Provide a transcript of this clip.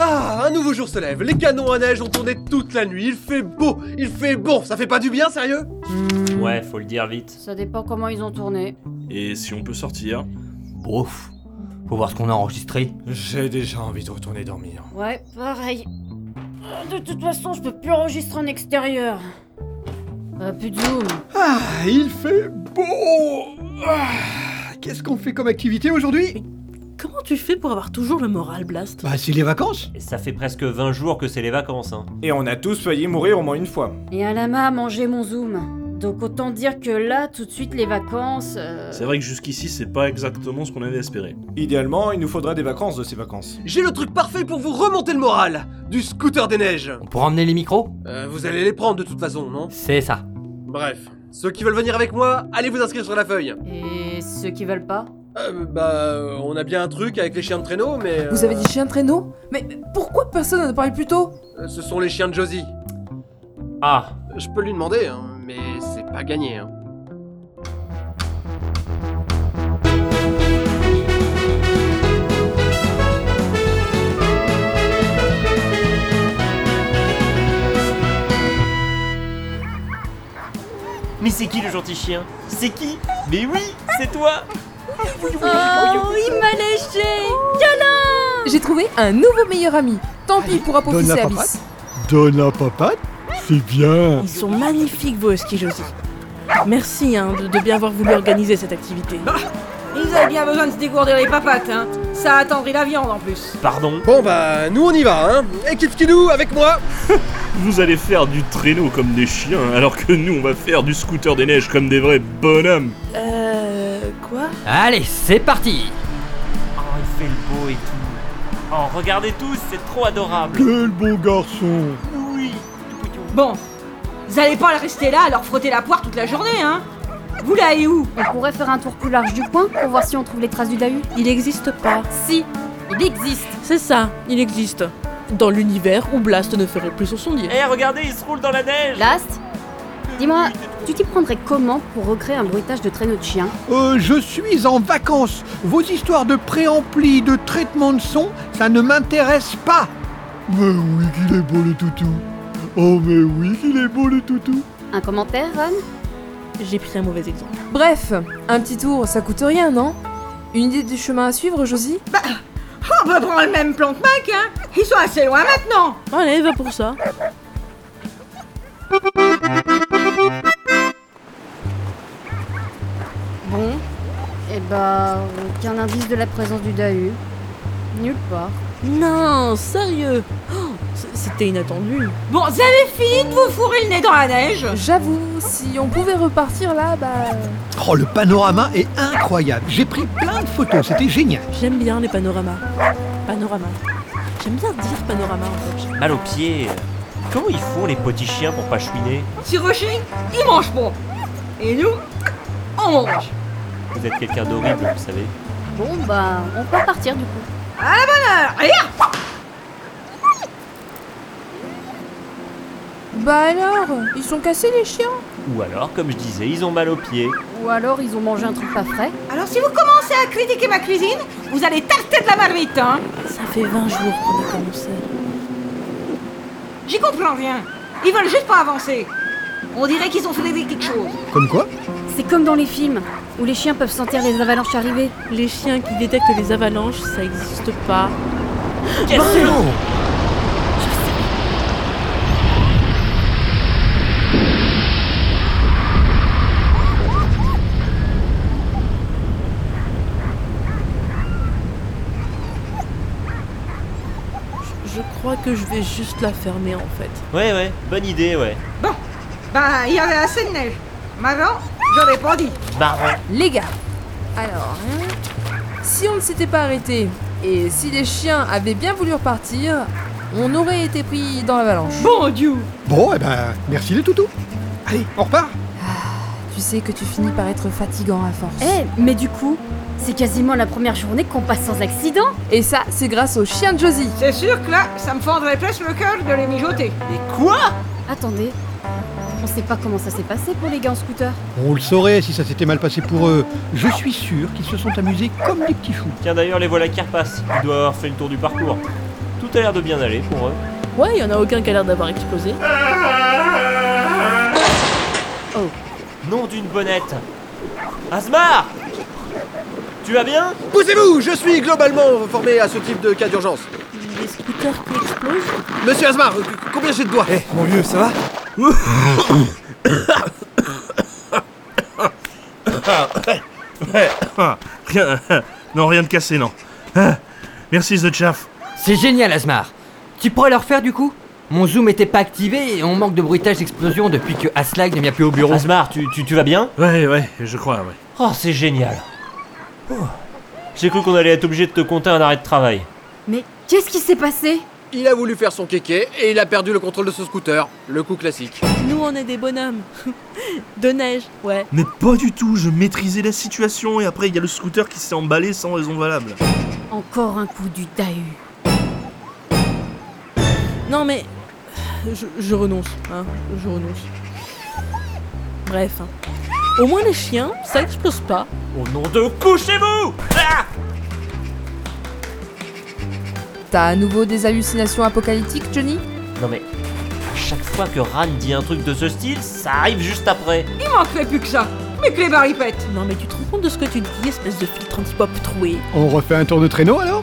Ah, un nouveau jour se lève, les canons à neige ont tourné toute la nuit, il fait beau, il fait bon, ça fait pas du bien, sérieux Hmm, Ouais, faut le dire vite. Ça dépend comment ils ont tourné. Et si on peut sortir Ouf. Faut voir ce qu'on a enregistré. J'ai déjà envie de retourner dormir. Ouais, pareil. De toute façon, je peux plus enregistrer en extérieur. Euh, plus de zoom. Ah, il fait beau Ah, Qu'est-ce qu'on fait comme activité aujourd'hui Comment tu fais pour avoir toujours le moral, Blast Bah, c'est les vacances Et ça fait presque 20 jours que c'est les vacances, hein. Et on a tous failli mourir au moins une fois. Et Alama a mangé mon zoom. Donc autant dire que là, tout de suite, les vacances... euh, C'est vrai que jusqu'ici, c'est pas exactement ce qu'on avait espéré. Idéalement, il nous faudrait des vacances de ces vacances. J'ai le truc parfait pour vous remonter le moral Du scooter des neiges On pourra emmener les micros Euh, Vous allez les prendre de toute façon, non C'est ça. Bref, ceux qui veulent venir avec moi, allez vous inscrire sur la feuille Et ceux qui veulent pas Euh, bah, euh, on a bien un truc avec les chiens de traîneau, mais... euh, Vous avez dit chien de traîneau Mais pourquoi personne n'en a parlé plus tôt euh, Ce sont les chiens de Josie. Ah, Je peux lui demander, hein, mais c'est pas gagné. hein. mais c'est qui le gentil chien C'est qui Mais oui, c'est toi Oh, il m'a léché J'ai trouvé un nouveau meilleur ami. Tant pis pour donne apophyser la Abyss. papate. Donne la papate C'est bien Ils sont magnifiques, vos skis Josie. Merci hein, de, de bien avoir voulu organiser cette activité. Ah, Ils avaient bien besoin de se dégourdir les papates, hein. Ça attendrit la viande en plus. Pardon Bon bah, nous on y va, hein Et Kifkidou, avec moi Vous allez faire du traîneau comme des chiens, hein, alors que nous, on va faire du scooter des neiges comme des vrais bonhommes. Euh. Quoi Allez, c'est parti Oh, il fait le beau et tout. Oh, regardez tous, c'est trop adorable. Quel beau garçon Oui. Bon, vous allez pas rester là à leur frotter la poire toute la journée, hein. Vous là et où On pourrait faire un tour plus large du coin pour voir si on trouve les traces du Dahu Il n'existe pas. Si, il existe C'est ça, il existe. Dans l'univers où Blast ne ferait plus son sondier. Eh, regardez, il se roule dans la neige. Last Dis-moi, tu t'y prendrais comment pour recréer un bruitage de traîneau de chien Euh, je suis en vacances Vos histoires de préamplis, de traitement de son, ça ne m'intéresse pas Mais oui qu'il est beau le toutou Oh mais oui qu'il est beau le toutou Un commentaire, Ron J'ai pris un mauvais exemple. Bref, un petit tour, ça coûte rien, non Une idée du chemin à suivre, Josie Oh bah prends le même plan que Mac, hein. Ils sont assez loin maintenant. Allez, va pour ça. Bon, eh bah, aucun indice de la présence du Dahu. Nulle part. Non, sérieux Oh, c- C'était inattendu. Bon, vous avez fini de vous fourrer le nez dans la neige. J'avoue, si on pouvait repartir là, bah. Oh le panorama est incroyable J'ai pris plein de photos, c'était génial J'aime bien les panoramas. Panorama. J'aime bien dire panorama en fait. Mal aux pieds. Comment ils font les petits chiens pour pas chouiner Si Rocher, il mange pas. Et nous, on mange. Vous êtes quelqu'un d'horrible, vous savez. Bon, bah, on peut partir du coup. Alors, allez, Bah alors Ils sont cassés les chiens Ou alors, comme je disais, ils ont mal aux pieds. Ou alors ils ont mangé un truc pas frais. alors si vous commencez à critiquer ma cuisine, vous allez tarter de la marmite, hein. Ça fait 20 jours qu'on a commencé. J'y comprends rien. Ils veulent juste pas avancer. On dirait qu'ils ont fait quelque chose. Comme quoi C'est comme dans les films, où les chiens peuvent sentir les avalanches arriver. Les chiens qui détectent les avalanches, ça n'existe pas. Je- Je crois que je vais juste la fermer en fait. Ouais, ouais, bonne idée, ouais. Bah, il y avait assez de neige. Maintenant, j'aurais pas dit. Baron. Les gars Alors, hein, si on ne s'était pas arrêté, et si les chiens avaient bien voulu repartir, on aurait été pris dans l'avalanche. Bon Dieu Bon eh ben, merci les toutous Allez, on repart Tu sais que tu finis par être fatigant à force. Eh, mais du coup, c'est quasiment la première journée qu'on passe sans accident. Et ça, c'est grâce aux chiens de Josie. C'est sûr que là, ça me fendrait plus le cœur de les mijoter. Mais quoi Attendez, On sait pas comment ça s'est passé pour les gars en scooter. On le saurait si ça s'était mal passé pour eux. Je suis sûr qu'ils se sont amusés comme des petits fous. Tiens d'ailleurs, les voilà qui repassent. Ils doivent avoir fait le tour du parcours. Tout a l'air de bien aller pour eux. Ouais, y en a aucun qui a l'air d'avoir explosé. Nom d'une bonnette. Asmar Tu vas bien Poussez-vous Je suis globalement formé à ce type de cas d'urgence. Des scooters qui explosent Monsieur Asmar, euh, combien j'ai de doigts Eh, Mon vieux, ça va Ouais, ah, rien, euh, non, rien de cassé, non. Ah, Merci, The Chaff. C'est génial, Asmar. Tu pourrais leur faire du coup Mon zoom était pas activé et on manque de bruitage d'explosion depuis que Aslag ne vient plus au bureau. Asmar, tu, tu, tu vas bien Ouais, ouais, je crois, ouais. Oh, c'est génial. Oh. J'ai cru qu'on allait être obligé de te compter un arrêt de travail. Mais qu'est-ce qui s'est passé Il a voulu faire son kéké et il a perdu le contrôle de ce scooter. Le coup classique. Nous, on est des bonhommes. de neige, ouais. Mais pas du tout, je maîtrisais la situation et après, il y a le scooter qui s'est emballé sans raison valable. Encore un coup du Dahu. Non, mais. Je, je renonce, hein. Je renonce. Bref. hein. Au moins, les chiens, ça explose pas. Au nom de couchez-vous Ah T'as à nouveau des hallucinations apocalyptiques, Johnny Non mais, à chaque fois que Ran dit un truc de ce style, ça arrive juste après. Il manquerait plus que ça. Mais que les barils pètent. Non, mais tu te rends compte de ce que tu dis, espèce de filtre anti-pop troué On refait un tour de traîneau alors